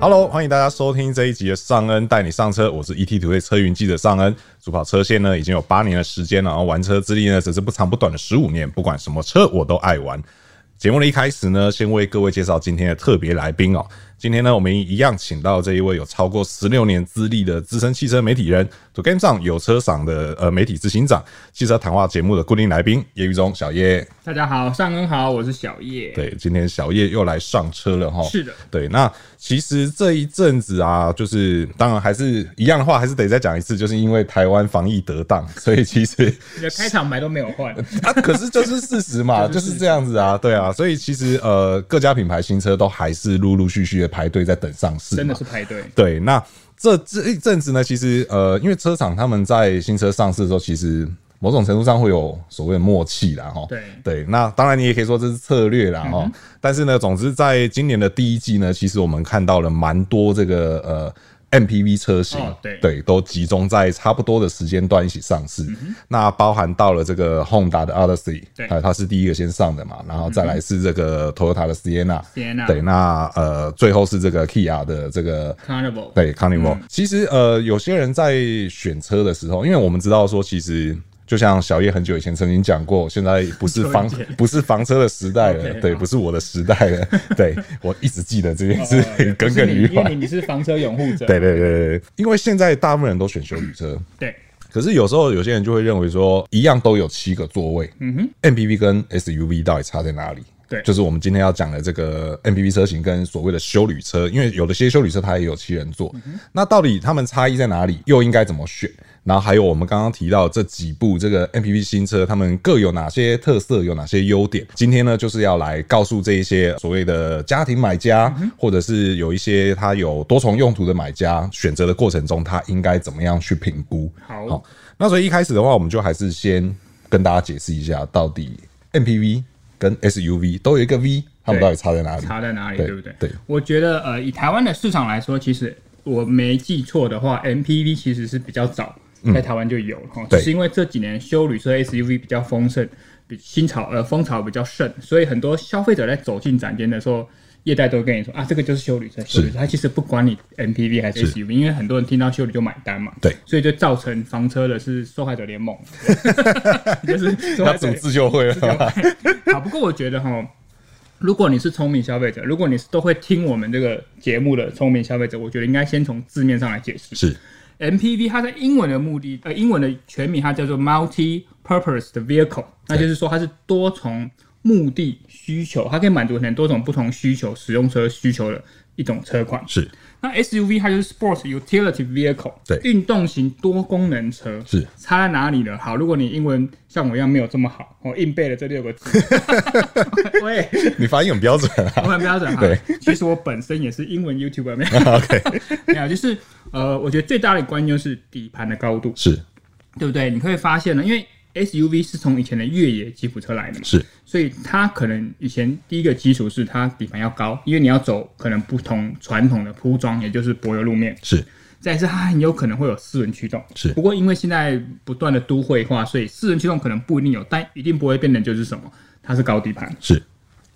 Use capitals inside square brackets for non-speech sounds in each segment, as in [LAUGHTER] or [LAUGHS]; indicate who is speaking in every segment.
Speaker 1: Hello，欢迎大家收听这一集的尚恩带你上车，我是 ETtoday 车云记者尚恩。主跑车线呢已经有八年的时间了，然后玩车资历呢只是不长不短的十五年，不管什么车我都爱玩。节目的一开始呢，先为各位介绍今天的特别来宾哦。今天呢，我们一样请到这一位有超过十六年资历的资深汽车媒体人 t o g a m 上有车赏的呃媒体执行长，汽车谈话节目的固定来宾叶玉忠小叶。
Speaker 2: 大家好，上恩好，我是小叶。
Speaker 1: 对，今天小叶又来上车了哈。
Speaker 2: 是的，
Speaker 1: 对。那其实这一阵子啊，就是当然还是一样的话，还是得再讲一次，就是因为台湾防疫得当， [LAUGHS] 所以其实
Speaker 2: 你的开场白都没有换，
Speaker 1: 啊，可 [LAUGHS] 是就是事实
Speaker 2: [LAUGHS]
Speaker 1: 嘛，
Speaker 2: 就
Speaker 1: 就是
Speaker 2: 事
Speaker 1: 是
Speaker 2: 实
Speaker 1: 这样子啊，对啊。所以其实呃，各家品牌新车都还是陆陆续续的排队在等上市嘛，
Speaker 2: 真的是排队。
Speaker 1: 对，那这这一阵子呢，其实呃，因为车厂他们在新车上市的时候，其实某种程度上会有所谓的默契啦，哈。
Speaker 2: 对嗯
Speaker 1: 对，那当然你也可以说这是策略啦，哈、但是呢，总之在今年的第一季呢，其实我们看到了蛮多这个呃。MPV 车型、
Speaker 2: 哦对嗯
Speaker 1: 对，都集中在差不多的时间段一起上市。那包含到了这个 Honda 的 Odyssey，
Speaker 2: 对嗯
Speaker 1: 呃它是第一个先上的嘛，然后再来是这个 Toyota 的 Sienna，
Speaker 2: Sienna
Speaker 1: 对，那呃最后是这个 Kia 的这个
Speaker 2: Carnival，
Speaker 1: 对 Carnival，、其
Speaker 2: 嗯
Speaker 1: 实呃，有些人在选车的时候，因为我们知道说，其实就像小叶很久以前曾经讲过，现在不是
Speaker 2: [LAUGHS]
Speaker 1: 房
Speaker 2: 很久以前
Speaker 1: 不是房车的时代了
Speaker 2: OK，
Speaker 1: 对，
Speaker 2: 好
Speaker 1: 不是我的时代了，
Speaker 2: [LAUGHS]
Speaker 1: 对我一直记得这件事
Speaker 2: 哦对
Speaker 1: 情， [LAUGHS] 耿
Speaker 2: 不是
Speaker 1: 耿
Speaker 2: 你
Speaker 1: 于
Speaker 2: 因为
Speaker 1: 怀。
Speaker 2: 你你是房车拥护者。
Speaker 1: 对对对对，对因为现在大部分人都选修理车，
Speaker 2: 对
Speaker 1: 可是有时候有些人就会认为说，一样都有七个座位，嗯哼，MPV 跟 SUV 到底差在哪里？
Speaker 2: 对
Speaker 1: 就是我们今天要讲的这个 MPV 车型跟所谓的休旅车，因为有的些休旅车它也有七人座，那到底它们差异在哪里？又应该怎么选？然后还有我们刚刚提到这几部这个 MPV 新车，它们各有哪些特色，有哪些优点？今天呢，就是要来告诉这一些所谓的家庭买家，或者是有一些他有多重用途的买家，选择的过程中，他应该怎么样去评估？
Speaker 2: 好
Speaker 1: 那所以一开始的话，我们就还是先跟大家解释一下，到底 MPV 跟 SUV 都有一个 V，它们到底差在哪里？
Speaker 2: 差在哪里，
Speaker 1: 对
Speaker 2: 对不对？
Speaker 1: 对，
Speaker 2: 我觉得呃，以台湾的市场来说，其实我没记错的话，MPV 其实是比较早在台湾就有了，哦
Speaker 1: 嗯对
Speaker 2: 只是因为这几年修旅车 SUV 比较丰盛，比新潮呃风潮比较盛，所以很多消费者在走进展间的时候。业代都会跟你说啊，这个就是修旅车，修旅车，它其实不管你 MPV 还是 SUV，因为很多人听到修旅就买单嘛，
Speaker 1: 对
Speaker 2: 所以就造成房车的是受害者联盟， [LAUGHS] 就是受害
Speaker 1: [LAUGHS] 那
Speaker 2: 者
Speaker 1: 组
Speaker 2: 联
Speaker 1: 自救会了，
Speaker 2: [LAUGHS] 好，不过我觉得哈，如果你是聪明消费者，如果你是都会听我们这个节目的聪明消费者，我觉得应该先从字面上来解释。
Speaker 1: 是
Speaker 2: MPV 它在英文的目的，呃，英文的全名它叫做 Multi-Purpose 的 Vehicle，那就是说它是多重目的需求，它可以满足很多种不同需求使用车需求的一种车款。
Speaker 1: 是
Speaker 2: 那 SUV 它就是 Sports Utility Vehicle，
Speaker 1: 对
Speaker 2: 运动型多功能车
Speaker 1: 是
Speaker 2: 差在哪里呢？好，如果你英文像我一样没有这么好，我硬背了这六个字。 [LAUGHS] 喂，
Speaker 1: 你发音很标准啊。
Speaker 2: 我很标准哈。
Speaker 1: 对，
Speaker 2: 其实我本身也是英文 YouTuber，没 [LAUGHS] 有没有，就是呃，我觉得最大的关键就是底盘的高度，
Speaker 1: 是
Speaker 2: 对不对？你会发现呢，因为 SUV 是从以前的越野吉普车来的嘛，
Speaker 1: 是
Speaker 2: 所以它可能以前第一个基础是它底盘要高，因为你要走可能不同传统的铺装，也就是柏油路面。
Speaker 1: 是
Speaker 2: 再来是它很有可能会有四轮驱动，
Speaker 1: 是
Speaker 2: 不过因为现在不断的都会化，所以四轮驱动可能不一定有，但一定不会变成就是什么，它是高底盘。
Speaker 1: 是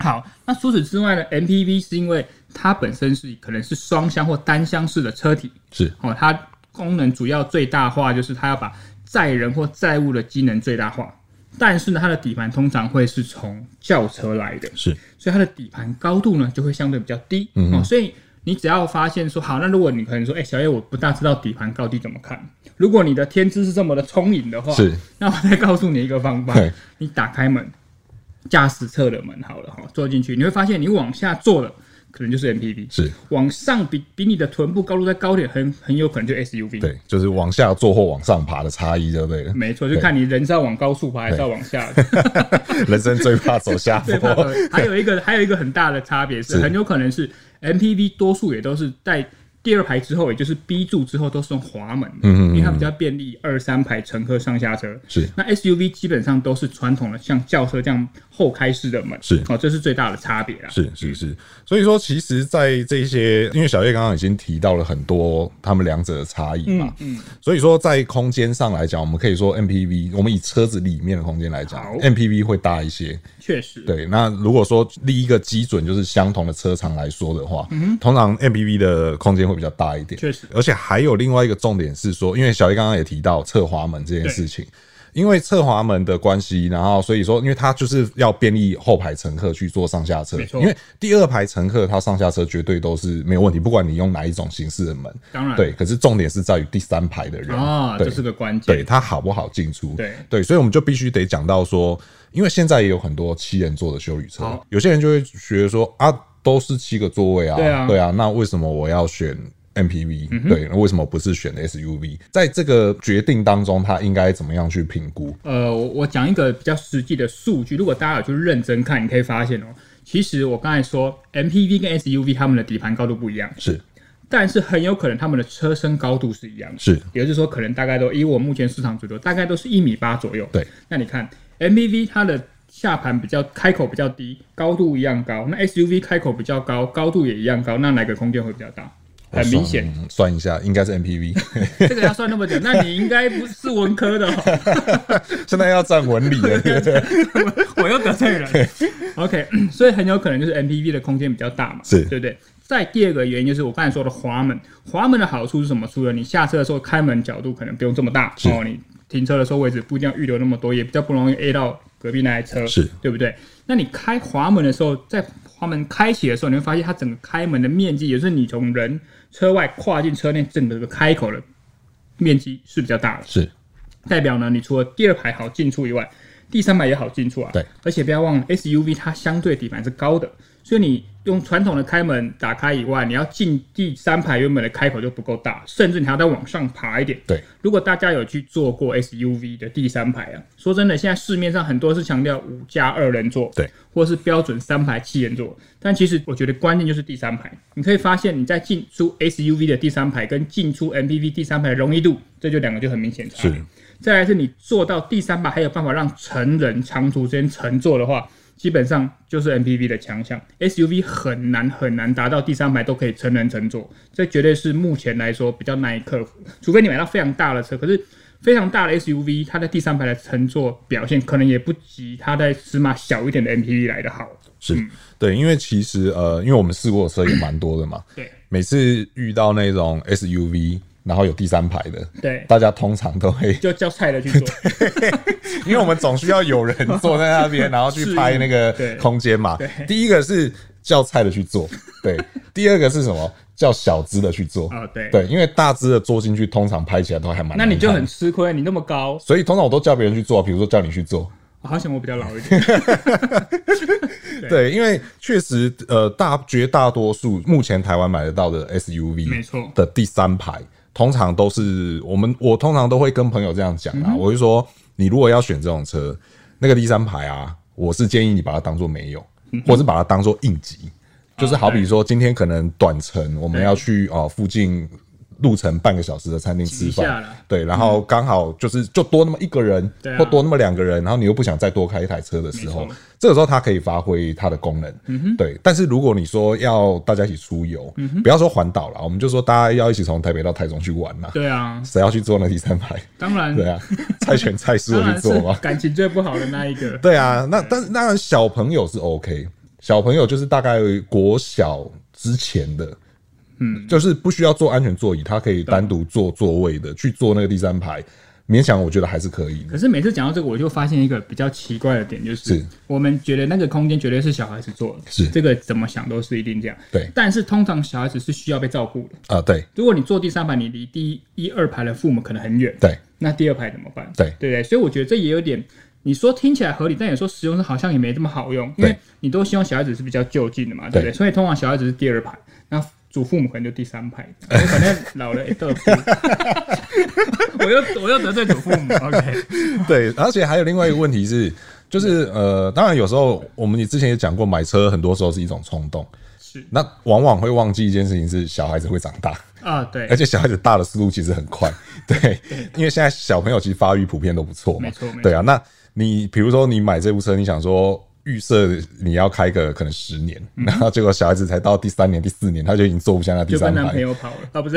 Speaker 2: 好，那除此之外呢，MPV 是因为它本身是可能是双厢或单厢式的车体，
Speaker 1: 是
Speaker 2: 哦，它功能主要最大化就是它要把载人或载物的机能最大化。但是呢，它的底盘通常会是从轿车来的，
Speaker 1: 是
Speaker 2: 所以它的底盘高度呢就会相对比较低。嗯、哦，所以你只要发现说，好，那如果你可能说，哎、小叶，我不大知道底盘高低怎么看。如果你的天资是这么的聪颖的话，
Speaker 1: 是，
Speaker 2: 那我再告诉你一个方法
Speaker 1: 对，
Speaker 2: 你打开门，驾驶侧的门好了哈，坐进去，你会发现你往下坐了，可能就是 MPV，
Speaker 1: 是
Speaker 2: 往上比比你的臀部高度再高点，很很有可能就 SUV。
Speaker 1: 对，就是往下坐或往上爬的差异，对不对？
Speaker 2: 没错，就看你人是要往高处爬还是要往下。 [LAUGHS]
Speaker 1: 人生最怕走下
Speaker 2: 最
Speaker 1: [LAUGHS]
Speaker 2: 怕
Speaker 1: 坡，
Speaker 2: 还有一个还有一个很大的差别是，
Speaker 1: 是
Speaker 2: 很有可能是 MPV 多数也都是在第二排之后，也就是 B 柱之后都是用滑门的，嗯因为它比较便利二三排乘客上下车。
Speaker 1: 是
Speaker 2: 那 SUV 基本上都是传统的像轿车这样后开式的门，
Speaker 1: 是
Speaker 2: 哦，这是最大的差别啦。
Speaker 1: 是是是，所以说其实，在这些，因为小叶刚刚已经提到了很多他们两者的差异嘛，嗯，所以说在空间上来讲，我们可以说 MPV，我们以车子里面的空间来讲
Speaker 2: 好
Speaker 1: ，MPV 会大一些，
Speaker 2: 确实，
Speaker 1: 对，那如果说立一个基准就是相同的车长来说的话，通常 MPV 的空间会比较大一点，
Speaker 2: 嗯确实
Speaker 1: 而且还有另外一个重点是说，因为小叶刚刚也提到侧滑门这件事情。因为侧滑门的关系，然后所以说，因为它就是要便利后排乘客去做上下车，
Speaker 2: 没错
Speaker 1: 因为第二排乘客他上下车绝对都是没有问题，不管你用哪一种形式的门，
Speaker 2: 当然
Speaker 1: 对。可是重点是在于第三排的人
Speaker 2: 啊，
Speaker 1: 对
Speaker 2: 这是个关
Speaker 1: 对
Speaker 2: 键。
Speaker 1: 它好不好进出，
Speaker 2: 对
Speaker 1: 所以我们就必须得讲到说，因为现在也有很多七人座的修旅车
Speaker 2: 好，
Speaker 1: 有些人就会觉得说啊，都是七个座位啊，
Speaker 2: 对啊嗯
Speaker 1: 那为什么我要选 MPV？、对，那为什么不是选 SUV？在这个决定当中，它应该怎么样去评估？
Speaker 2: 呃，我我讲一个比较实际的数据，如果大家有去认真看，你可以发现哦，其实我刚才说 MPV 跟 SUV 它们的底盘高度不一样，
Speaker 1: 是
Speaker 2: 但是很有可能它们的车身高度是一样的。
Speaker 1: 是
Speaker 2: 也就是说，可能大概都以我目前市场主流，大概都是一米八左右。
Speaker 1: 对，
Speaker 2: 那你看 MPV 它的下盘比较开口比较低，高度一样高，那 SUV 开口比较高，高度也一样高，那哪个空间会比较大？很明显，
Speaker 1: 嗯算一下，应该是 MPV。
Speaker 2: 这个要算那么久，那你应该不是文科的、哦，
Speaker 1: [LAUGHS] 现在要站文理
Speaker 2: [LAUGHS]
Speaker 1: 了，对不对
Speaker 2: 我又得罪
Speaker 1: [LAUGHS]
Speaker 2: 人。OK，所以很有可能就是 MPV 的空间比较大嘛，
Speaker 1: 是
Speaker 2: 对不对？再第二个原因就是我刚才说的滑门，滑门的好处是什么？除了你下车的时候开门角度可能不用这么大，
Speaker 1: 是
Speaker 2: 然后你停车的时候位置不一定要预留那么多，也比较不容易 A 到隔壁那台车，
Speaker 1: 是
Speaker 2: 对不对？那你开滑门的时候，在滑门开启的时候，你会发现它整个开门的面积，也就是你从人车外跨进车内整个开口的面积是比较大的。
Speaker 1: [LAUGHS] 是
Speaker 2: 代表呢，你除了第二排好进出以外，第三排也好进出啊。
Speaker 1: 对，
Speaker 2: 而且不要忘了 SUV 它相对底盘是高的，所以你用传统的开门打开以外，你要进第三排原本的开口就不够大，甚至你还要再往上爬一点。
Speaker 1: 对，
Speaker 2: 如果大家有去坐过 SUV 的第三排啊，说真的，现在市面上很多是强调五加二人座，
Speaker 1: 对，
Speaker 2: 或是标准三排七人座，但其实我觉得关键就是第三排。你可以发现你在进出 SUV 的第三排跟进出 MPV 第三排的容易度，这就两个就很明显差。
Speaker 1: 是，
Speaker 2: 再来是你坐到第三排还有办法让成人长途时间乘坐的话。基本上就是 MPV 的强项，SUV 很难很难达到第三排都可以成人乘坐，这绝对是目前来说比较难以克服，除非你买到非常大的车。可是非常大的 SUV，它在第三排的乘坐表现可能也不及它在尺码小一点的 MPV 来的好。
Speaker 1: 是，
Speaker 2: 嗯
Speaker 1: 对，因为其实呃，因为我们试过的车也蛮多的嘛，
Speaker 2: 对
Speaker 1: 每次遇到那种 SUV，然后有第三排的，
Speaker 2: 对，
Speaker 1: 大家通常都
Speaker 2: [LAUGHS]
Speaker 1: 会，
Speaker 2: 就叫菜的去做。
Speaker 1: 因为我们总需要有人坐在那边，然后去拍那个
Speaker 2: 对
Speaker 1: 空间嘛
Speaker 2: 对。
Speaker 1: 第一个是叫菜的去做，对；第二个是什么？叫小资的去做
Speaker 2: 哦对
Speaker 1: 对，因为大资的坐进去，通常拍起来都还蛮难
Speaker 2: 那
Speaker 1: 看的……
Speaker 2: 你就很吃亏，你那么高，啊
Speaker 1: 所以通常我都叫别人去做，比如说叫你去做，
Speaker 2: 好险我比较老一点。
Speaker 1: 对，因为确实，呃，大绝大多数目前台湾买得到的 SUV，
Speaker 2: 没错
Speaker 1: 的第三排，通常都是我们我通常都会跟朋友这样讲
Speaker 2: 嗯
Speaker 1: 啊，我就说，你如果要选这种车，那个第三排啊，我是建议你把它当做没有，
Speaker 2: 嗯
Speaker 1: 或是把它当做应急，
Speaker 2: 哦
Speaker 1: 就是好比说今天可能短程，我们要去哦、附近。路程半个小时的餐厅
Speaker 2: 挤
Speaker 1: 吃
Speaker 2: 一下
Speaker 1: 饭
Speaker 2: 啦，
Speaker 1: 对，然后刚好就是就多那么一个人，
Speaker 2: 对啊
Speaker 1: 或多那么两个人，然后你又不想再多开一台车的时候
Speaker 2: 没错，嗯
Speaker 1: 这个时候它可以发挥它的功能，对。但是如果你说要大家一起出游，不要说环岛了，我们就说大家要一起从台北到台中去玩啦，
Speaker 2: 对啊，
Speaker 1: 谁要去坐那第三排？
Speaker 2: 当然，
Speaker 1: 对啊，猜
Speaker 2: [LAUGHS]
Speaker 1: 拳猜输
Speaker 2: 嗯当
Speaker 1: 了
Speaker 2: 然
Speaker 1: 去
Speaker 2: 是
Speaker 1: 坐嘛。
Speaker 2: 感情最不好的那一个。
Speaker 1: 对啊，那但是当然小朋友是 OK，小朋友就是大概国小之前的。嗯，就是不需要坐安全座椅，他可以单独坐座位的去坐那个第三排，勉强我觉得还是可以的
Speaker 2: 可。是每次讲到这个，我就发现一个比较奇怪的点，就是
Speaker 1: 是
Speaker 2: 我们觉得那个空间绝对是小孩子做的，
Speaker 1: 是
Speaker 2: 这个怎么想都是一定这样。
Speaker 1: 对
Speaker 2: 但是通常小孩子是需要被照顾的。
Speaker 1: 啊、对
Speaker 2: 如果你坐第三排，你离第一二排的父母可能很远，
Speaker 1: 对，
Speaker 2: 那第二排怎么办？
Speaker 1: 对
Speaker 2: 对不对，所以我觉得这也有点，你说听起来合理，但有时候使用上好像也没这么好用，因为
Speaker 1: 对
Speaker 2: 你都希望小孩子是比较就近的嘛，对不
Speaker 1: 对
Speaker 2: 对？所以通常小孩子是第二排，那祖父母可能就第三排，我可能老了一豆腐，
Speaker 1: [LAUGHS]
Speaker 2: 我又我又得罪祖父母，OK，
Speaker 1: [LAUGHS] 对，而且还有另外一个问题是，就是呃，当然有时候我们你之前也讲过，买车很多时候是一种冲动，
Speaker 2: 是
Speaker 1: 那往往会忘记一件事情是小孩子会长大，
Speaker 2: 啊，对
Speaker 1: 而，且小孩子大的速度其实很快，对，因为现在小朋友其实发育普遍都不错嘛，
Speaker 2: 没错没错
Speaker 1: 对啊。那你比如说你买这部车，你想说预设你要开个可能十年，然后结果小孩子才到第三年、第四年，他就已经坐不下那第
Speaker 2: 嗯就
Speaker 1: 三
Speaker 2: 跟男朋
Speaker 1: 排，哎
Speaker 2: 友跑了啊，不是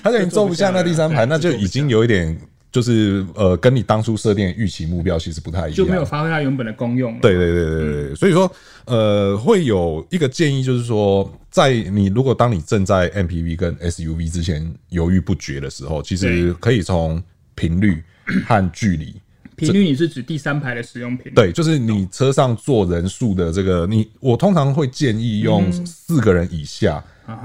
Speaker 1: 他就已经坐不下那第三排，
Speaker 2: 就坐不下了
Speaker 1: 那就已经有一点就是呃，跟你当初设定的预期目标其实不太一样，
Speaker 2: [LAUGHS] 就没有发挥它原本的功用了。
Speaker 1: 对对对对对对，所以说，呃，会有一个建议，就是说，在你如果当你正在 MPV 跟 SUV 之前犹豫不决的时候，其实
Speaker 2: 对
Speaker 1: 可以从频率和距离，
Speaker 2: 频率你是指第三排的使用频率，
Speaker 1: 对，就是你车上坐人数的这个，你我通常会建议用四个人以下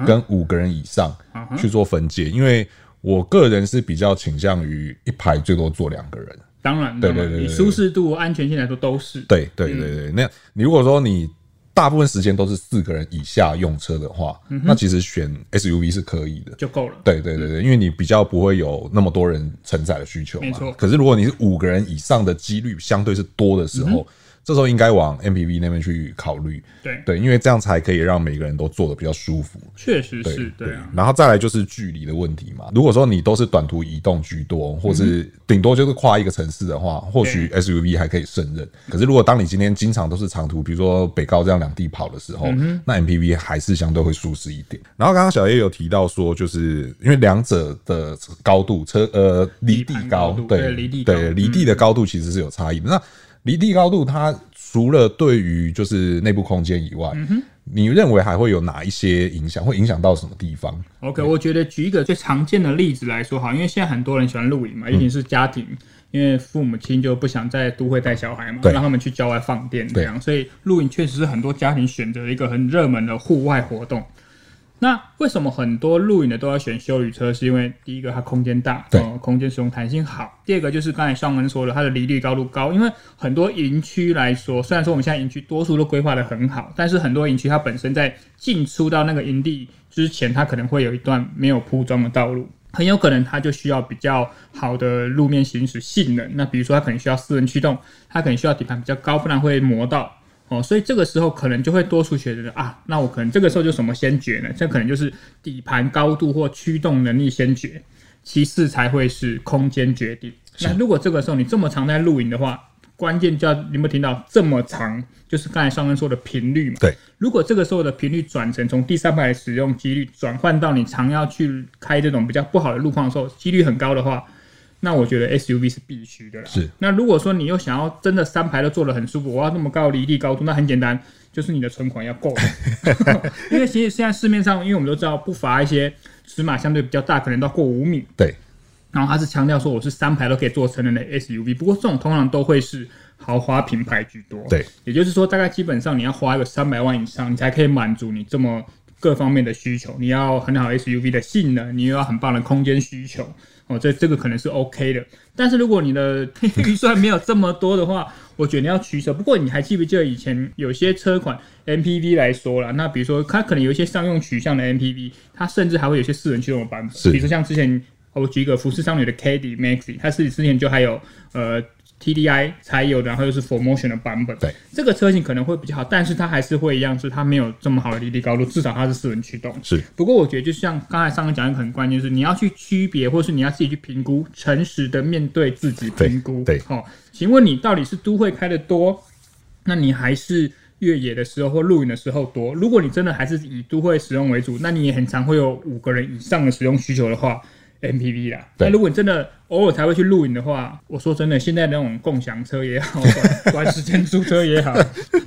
Speaker 1: 跟五个人以上去做分界，因为我个人是比较倾向于一排最多坐两个人。
Speaker 2: 当然，
Speaker 1: 对
Speaker 2: 当然
Speaker 1: 对对对
Speaker 2: 以
Speaker 1: 对
Speaker 2: 舒适度、安全性来说都是。
Speaker 1: 对对
Speaker 2: 嗯
Speaker 1: 对对，那你如果说你大部分时间都是四个人以下用车的话，那其实选 SUV 是可以的。
Speaker 2: 嗯就够了。
Speaker 1: 对对对对，因为你比较不会有那么多人承载的需求
Speaker 2: 没
Speaker 1: 嘛
Speaker 2: 错。
Speaker 1: 可是如果你是五个人以上的几率相对是多的时
Speaker 2: 嗯
Speaker 1: 候，这时候应该往 MPV 那边去考虑。
Speaker 2: 对，
Speaker 1: 对，因为这样才可以让每个人都坐的比较舒服。
Speaker 2: 确实是，
Speaker 1: 对
Speaker 2: 对啊，
Speaker 1: 然后再来就是距离的问题嘛。如果说你都是短途移动居多，或
Speaker 2: 嗯
Speaker 1: 是顶多就是跨一个城市的话，或许 SUV 还可以胜任。可是如果当你今天经常都是长途，比如说北高这样两地跑的时候，
Speaker 2: 嗯
Speaker 1: 那 MPV 还是相对会舒适一点。然后刚刚小叶有提到说，就是因为两者的高度车呃离地
Speaker 2: 地盘
Speaker 1: 高
Speaker 2: 高度，
Speaker 1: 对
Speaker 2: 对离地高
Speaker 1: 对离地的高度其实是有差异的。那离地高度它。除了对于就是内部空间以外，你认为还会有哪一些影响？会影响到什么地方？
Speaker 2: OK，我觉得举一个最常见的例子来说好，因为现在很多人喜欢露营
Speaker 1: 嗯
Speaker 2: 嘛，尤其是家庭，因为父母亲就不想在都会带小孩嘛，
Speaker 1: 对
Speaker 2: 让他们去郊外放电这样，所以露营确实是很多家庭选择的一个很热门的户外活动。那为什么很多露营的都要选休旅车？是因为第一个它空间大，
Speaker 1: 对
Speaker 2: 呃空间使用弹性好；第二个就是刚才上文说的，它的离地高度高。因为很多营区来说，虽然说我们现在营区多数都规划的很好，但是很多营区它本身在进出到那个营地之前，它可能会有一段没有铺装的道路。很有可能它就需要比较好的路面行驶性能，那比如说它可能需要四轮驱动，它可能需要底盘比较高，不然会磨到，哦，所以这个时候可能就会多数学者啊，那我可能这个时候就什么先决呢？这可能就是底盘高度或驱动能力先决，其次才会是空间决定。那如果这个时候你这么常在露营的话，关键就要你有没有听到这么长，就是刚才上面说的频率嘛？
Speaker 1: 对，
Speaker 2: 如果这个时候的频率转成从第三排的使用几率转换到你常要去开这种比较不好的路况的时候，几率很高的话，那我觉得 SUV 是必须的啦。
Speaker 1: 是。
Speaker 2: 那如果说你又想要真的三排都坐得很舒服，我要那么高的离地高度，那很简单，就是你的存款要够。因为其实现在市面上，因为我们都知道不乏一些尺码相对比较大，可能到过五米，
Speaker 1: 对，
Speaker 2: 然后他是强调说我是三排都可以做成人的 SUV，不过这种通常都会是豪华品牌居多。
Speaker 1: 对，
Speaker 2: 也就是说，大概基本上你要花个三百万以上，你才可以满足你这么各方面的需求。你要很好的 SUV 的性能，你又要很棒的空间需求，哦，这这个可能是 OK 的。但是如果你的预算没有这么多的话，我觉得你要取舍。不过你还记不记得以前有些车款 MPV 来说啦，那比如说它可能有一些商用取向的 MPV，它甚至还会有一些四人驱动的版
Speaker 1: 是
Speaker 2: 本，比如说像之前我举一个服饰商女的 k a d y Maxi，它是之前就还有呃 TDI 才有的，然后又是 f o r Motion 的版本。
Speaker 1: 对，
Speaker 2: 这个车型可能会比较好，但是它还是会一样，是它没有这么好的离地高度，至少它是四轮驱动。
Speaker 1: 是
Speaker 2: 不过我觉得，就像刚才上面讲的，很关键是你要去区别，或是你要自己去评估，诚实的面对自己评估。
Speaker 1: 对对
Speaker 2: 好、请问你到底是都会开的多，那你还是越野的时候或露营的时候多？如果你真的还是以都会使用为主，那你也很常会有五个人以上的使用需求的话。MPV 啦，
Speaker 1: 对
Speaker 2: 那如果你真的偶尔才会去露营的话，我说真的，现在那种共享车也好，短短时间租
Speaker 1: [LAUGHS]
Speaker 2: 车也好，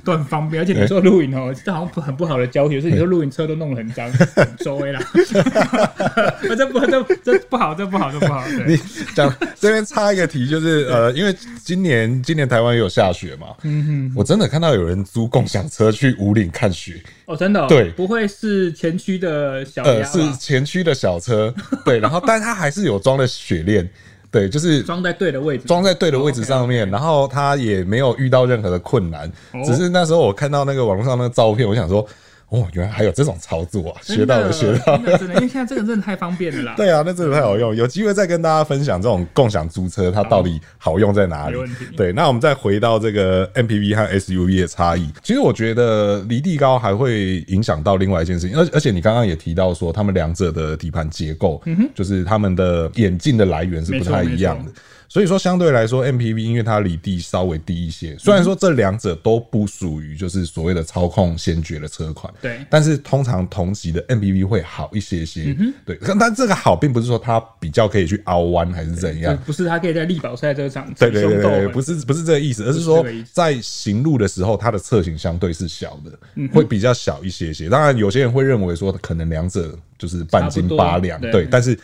Speaker 2: 都很方便。而且你说露营哦，这好像很不好的教学，是你说露营车都弄得很脏，很周围啦。 [LAUGHS] 啊这不这这不好，这不好，这不好。
Speaker 1: [LAUGHS]
Speaker 2: 对
Speaker 1: 你讲这边插一个题， [LAUGHS] 就是呃，因为今年今年台湾也有下雪嘛，嗯哼，我真的看到有人租共享车去五岭看雪，
Speaker 2: 哦，真的哦、
Speaker 1: 对
Speaker 2: 不会是前驱的小
Speaker 1: 呃，
Speaker 2: 鸭
Speaker 1: 是
Speaker 2: 吧？
Speaker 1: 前驱的小车，对，然后但它还是有装了雪链，对，就是
Speaker 2: 装在对的位置，
Speaker 1: 装在对的位置上面，然后他也没有遇到任何的困难
Speaker 2: 哦，
Speaker 1: 只是那时候我看到那个网络上那个照片，我想说。哦，原来还有这种操作啊，
Speaker 2: 真
Speaker 1: 学到了，
Speaker 2: 的
Speaker 1: 学到了。
Speaker 2: 真的真的，因为现在这个真的太方便了啦。
Speaker 1: 对啊，那真的太好
Speaker 2: 嗯
Speaker 1: 用，有机会再跟大家分享这种共享租车它到底好用在哪里
Speaker 2: 没问题。
Speaker 1: 对，那我们再回到这个 MPV 和 SUV 的差异，其实我觉得离地高还会影响到另外一件事情，而而且你刚刚也提到说，他们两者的底盘结构，就是他们的眼镜的来源是不太一样
Speaker 2: 嗯没错
Speaker 1: 的
Speaker 2: 没。
Speaker 1: 所以说，相对来说，MPV 因为它离地稍微低一些，虽
Speaker 2: 嗯
Speaker 1: 然说这两者都不属于就是所谓的操控先决的车款，
Speaker 2: 对
Speaker 1: 但是通常同级的 MPV 会好一些
Speaker 2: 嗯
Speaker 1: 些，对。但但这个好，并不是说它比较可以去凹弯还是怎
Speaker 2: 就
Speaker 1: 样。
Speaker 2: 不是他可以在力宝赛车场
Speaker 1: 对
Speaker 2: 逞
Speaker 1: 对
Speaker 2: 凶
Speaker 1: 对
Speaker 2: 斗
Speaker 1: 对
Speaker 2: 狠
Speaker 1: 对，不是不是这个意思，而是
Speaker 2: 这
Speaker 1: 说
Speaker 2: 个意思
Speaker 1: 在行路的时候，它的侧倾相对是小
Speaker 2: 嗯
Speaker 1: 的，会比较小一些些。当然，有些人会认为说，可能两者就是半斤
Speaker 2: 差不多
Speaker 1: 八两，
Speaker 2: 对
Speaker 1: 对。但是，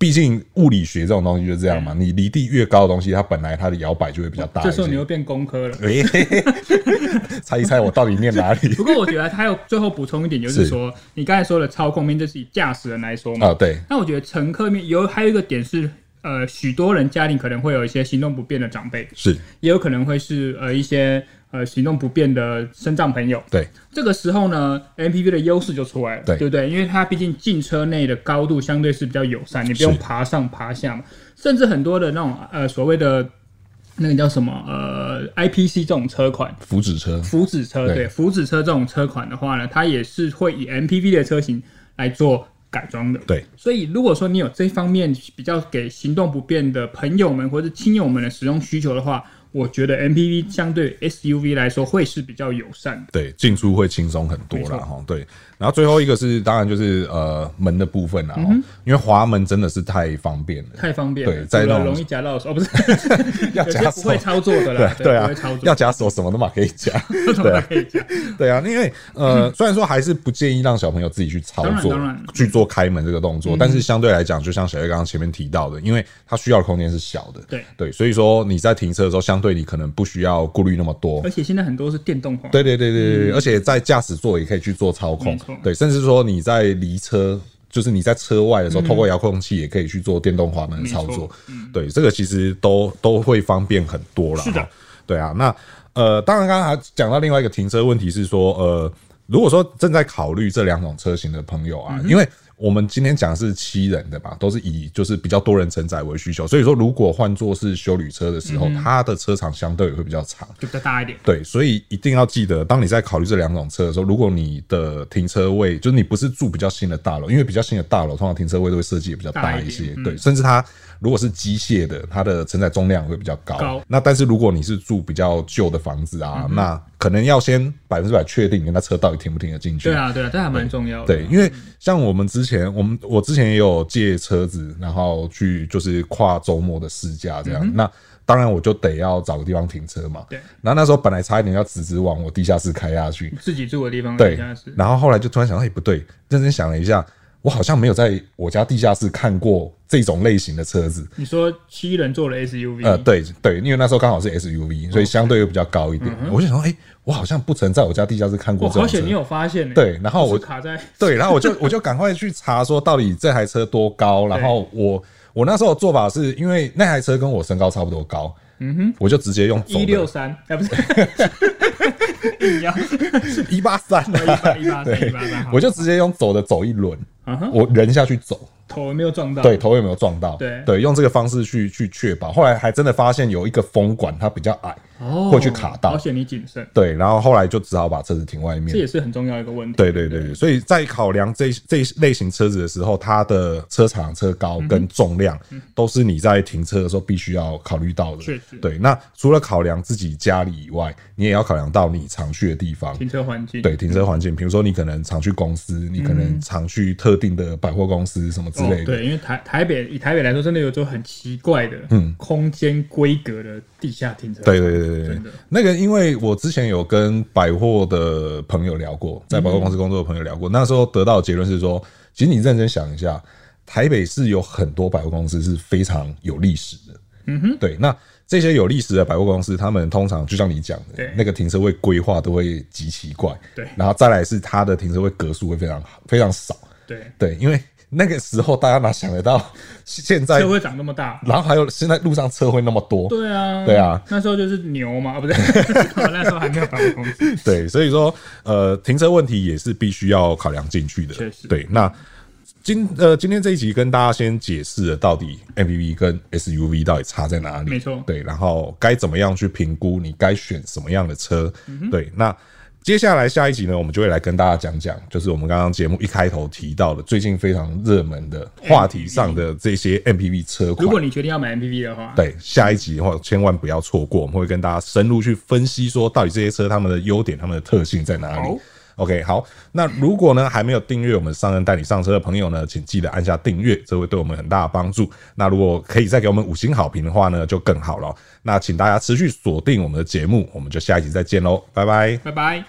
Speaker 1: 毕竟物理学这种东西就是这样嘛，你离地越高的东西，它本来它的摇摆就会比较大
Speaker 2: 哦这
Speaker 1: 一
Speaker 2: 时候你
Speaker 1: [LAUGHS] 些。
Speaker 2: 又变工科了。
Speaker 1: 哎，嘿嘿嘿猜一猜我到底念哪里
Speaker 2: [LAUGHS] 不过我觉得他有最后补充一点，就是
Speaker 1: 是
Speaker 2: 说你刚才说的操控面，就是以驾驶人来说嘛。
Speaker 1: 啊？对，
Speaker 2: 那我觉得乘客面有还有一个点是，呃，许多人家庭可能会有一些行动不便的长辈，
Speaker 1: 是
Speaker 2: 也有可能会是呃一些呃行动不便的身障朋友。
Speaker 1: 对，
Speaker 2: 这个时候呢，MPV 的优势就出来了，
Speaker 1: 对
Speaker 2: 不对？因为它毕竟进车内的高度相对是比较友善，你不用
Speaker 1: 是
Speaker 2: 爬上爬下嘛。甚至很多的那种呃所谓的那个叫什么呃 IPC 这种车款，
Speaker 1: 福祉车，
Speaker 2: 福祉车
Speaker 1: 对
Speaker 2: 对福祉车这种车款的话呢，它也是会以 MPV 的车型来做改装的。
Speaker 1: 对，
Speaker 2: 所以如果说你有这方面比较给行动不便的朋友们或者亲友们的使用需求的话，我觉得 MPV 相对 SUV 来说会是比较友善的。
Speaker 1: 对，进出会轻松很多啦，
Speaker 2: 没错
Speaker 1: 哈，对。然后最后一个是，当然就是呃门的部分啦，齁因为滑门真的是太方便了，
Speaker 2: 嗯太方便了，
Speaker 1: 对在
Speaker 2: 除
Speaker 1: 那
Speaker 2: 了
Speaker 1: 种
Speaker 2: 容易夹到手，哦，不是， [LAUGHS]
Speaker 1: 要
Speaker 2: 有些
Speaker 1: 夹
Speaker 2: 不
Speaker 1: 手
Speaker 2: 会，操作的啦，
Speaker 1: 对对
Speaker 2: 不
Speaker 1: 啊
Speaker 2: 会操，作
Speaker 1: 要，啊夹手什么都嘛可以夹，
Speaker 2: 这种都可以夹，
Speaker 1: [LAUGHS] 对啊，因为呃，虽然说还是不建议让小朋友自己去操作
Speaker 2: 嗯当然当嗯然，
Speaker 1: 去做开门这个动作，但是相对来讲，就像小月刚刚前面提到的，因为它需要的空间是小的，
Speaker 2: 对
Speaker 1: 对，所以说你在停车的时候，相对你可能不需要顾虑那么多，
Speaker 2: 而且现在很多是电动化，
Speaker 1: 对对对对对，而且在驾驶座也可以去做操控
Speaker 2: 哦嗯没错，
Speaker 1: 对，甚至说你在离车，就是你在车外的时候，透过遥控器也可以去做电动滑门的操
Speaker 2: 嗯没
Speaker 1: 作
Speaker 2: 错，嗯
Speaker 1: 对，这个其实都都会方便很多了。
Speaker 2: 是的
Speaker 1: 哈，对啊，那呃，当然刚刚还讲到另外一个停车问题是说，呃，如果说正在考虑这两种车型的朋友
Speaker 2: 嗯
Speaker 1: 啊，因为。我们今天讲的是七人的嘛，都是以就是比较多人承载为需求，所以说如果换作是修旅车的
Speaker 2: 嗯
Speaker 1: 时候，它的车长相对也会比较长。
Speaker 2: 就比较大一点。
Speaker 1: 对，所以一定要记得，当你在考虑这两种车的时候，如果你的停车位就是你不是住比较新的大楼，因为比较新的大楼通常停车位都会设计也比较大一
Speaker 2: 大一
Speaker 1: 些，
Speaker 2: 点嗯
Speaker 1: 对，甚至它如果是机械的，它的承载重量会比较高。
Speaker 2: 高嗯
Speaker 1: 那但是如果你是住比较旧的房子啊，那可能要先百分之百确定你那车到底停不停得进去。
Speaker 2: 对啊，对啊，这还蛮重要的。
Speaker 1: 对，因为像我们之前，我们我之前也有借车子，然后去就是跨周末的试驾这样。那当然我就得要找个地方停车嘛。
Speaker 2: 嗯对。
Speaker 1: 然后那时候本来差一点要直直往我地下室开下去，
Speaker 2: 自己住的地方，
Speaker 1: 对
Speaker 2: 现在是。
Speaker 1: 然后后来就突然想到，哎、不对，认真想了一下，我好像没有在我家地下室看过这种类型的车子。
Speaker 2: 你说七人座的 SUV，
Speaker 1: 呃，对对，因为那时候刚好是 SUV，所以
Speaker 2: 哦
Speaker 1: 相对又比较高一点。我就想说，哎、我好像不曾在我家地下室看过
Speaker 2: 嗯哇，
Speaker 1: 这种
Speaker 2: 好
Speaker 1: 车
Speaker 2: 险你。有发现、欸。
Speaker 1: 对然后我
Speaker 2: 就是卡在
Speaker 1: [LAUGHS] 对，然后我就我就赶快去查说到底这台车多高，然后我我那时候的做法是因为那台车跟我身高差不多高，嗯哼，我就直接用走
Speaker 2: 一六
Speaker 1: 的
Speaker 2: 三，哎，不是， [LAUGHS] 你要
Speaker 1: 一八三
Speaker 2: 183 183
Speaker 1: 对
Speaker 2: 183好，
Speaker 1: 我就直接用走的走一轮
Speaker 2: 嗯，哼
Speaker 1: 我人下去走，
Speaker 2: 头有没有撞到？
Speaker 1: 对，，头有没有撞到？
Speaker 2: 对
Speaker 1: 对，用这个方式去去确保。后来还真的发现有一个风管它比较矮，
Speaker 2: 哦，
Speaker 1: 会去卡到嗯
Speaker 2: 好险你谨慎，
Speaker 1: 对，然后后来就只好把车子停外面
Speaker 2: 这。也是很重要一个问题。
Speaker 1: 对对
Speaker 2: 嗯
Speaker 1: 对，所以在考量这这类型车子的时候，它的车长、车
Speaker 2: 嗯
Speaker 1: 高跟重量都是你在停车的时候必须要考虑到的。
Speaker 2: 确实
Speaker 1: 对。那除了考量自己家里以外，你也要考量到你常去的地方。
Speaker 2: 停车环境，
Speaker 1: 对停车环境，比如说你可能常去公司，你可能常去特定的百货公司什么之
Speaker 2: 嗯哦
Speaker 1: 类的。
Speaker 2: 对，因为台台北以台北来说，真的有种很奇怪的，嗯，空间规格的地下停车。
Speaker 1: 对对对对对
Speaker 2: 真的，
Speaker 1: 那个因为我之前有跟百货的朋友聊过，在百货
Speaker 2: 嗯
Speaker 1: 公司工作的朋友聊过，那时候得到的结论是说，其实你认真想一下，台北市有很多百货公司是非常有历史的。嗯哼，对，那这些有历史的百货公司，他们通常就像你讲的
Speaker 2: 对，
Speaker 1: 那个停车位规划都会极奇怪。
Speaker 2: 对
Speaker 1: 然后再来是它的停车位格数会非常好，非常少。
Speaker 2: 对
Speaker 1: 对，因为那个时候大家哪想得到，现在
Speaker 2: 车会长那么大。
Speaker 1: 然后还有现在路上车会那么多，
Speaker 2: 对啊，
Speaker 1: 对啊，
Speaker 2: 那时候就是牛嘛，
Speaker 1: [LAUGHS]
Speaker 2: 啊不对，我那时候还没有百货公司。 [LAUGHS]
Speaker 1: 对，所以说呃，停车问题也是必须要考量进去的。
Speaker 2: 确实
Speaker 1: 对。那今呃今天这一集跟大家先解释了到底 MPV 跟 SUV 到底差在哪里，
Speaker 2: 没错
Speaker 1: 对，然后该怎么样去评估，你该选什么样的车，
Speaker 2: 嗯
Speaker 1: 对，那。接下来下一集呢，我们就会来跟大家讲讲，就是我们刚刚节目一开头提到的最近非常热门的话题上的这些 MPV 车款。
Speaker 2: 如果你决定要买 MPV 的话，
Speaker 1: 对，下一集的话千万不要错过，我们会跟大家深入去分析，说到底这些车它们的优点、它们的特性在哪里
Speaker 2: 好。
Speaker 1: OK，好，那如果呢还没有订阅我们上恩带你上车的朋友呢，请记得按下订阅，这会对我们很大的帮助。那如果可以再给我们五星好评的话呢，就更好了。那请大家持续锁定我们的节目，我们就下一集再见喽，拜拜。
Speaker 2: 拜拜。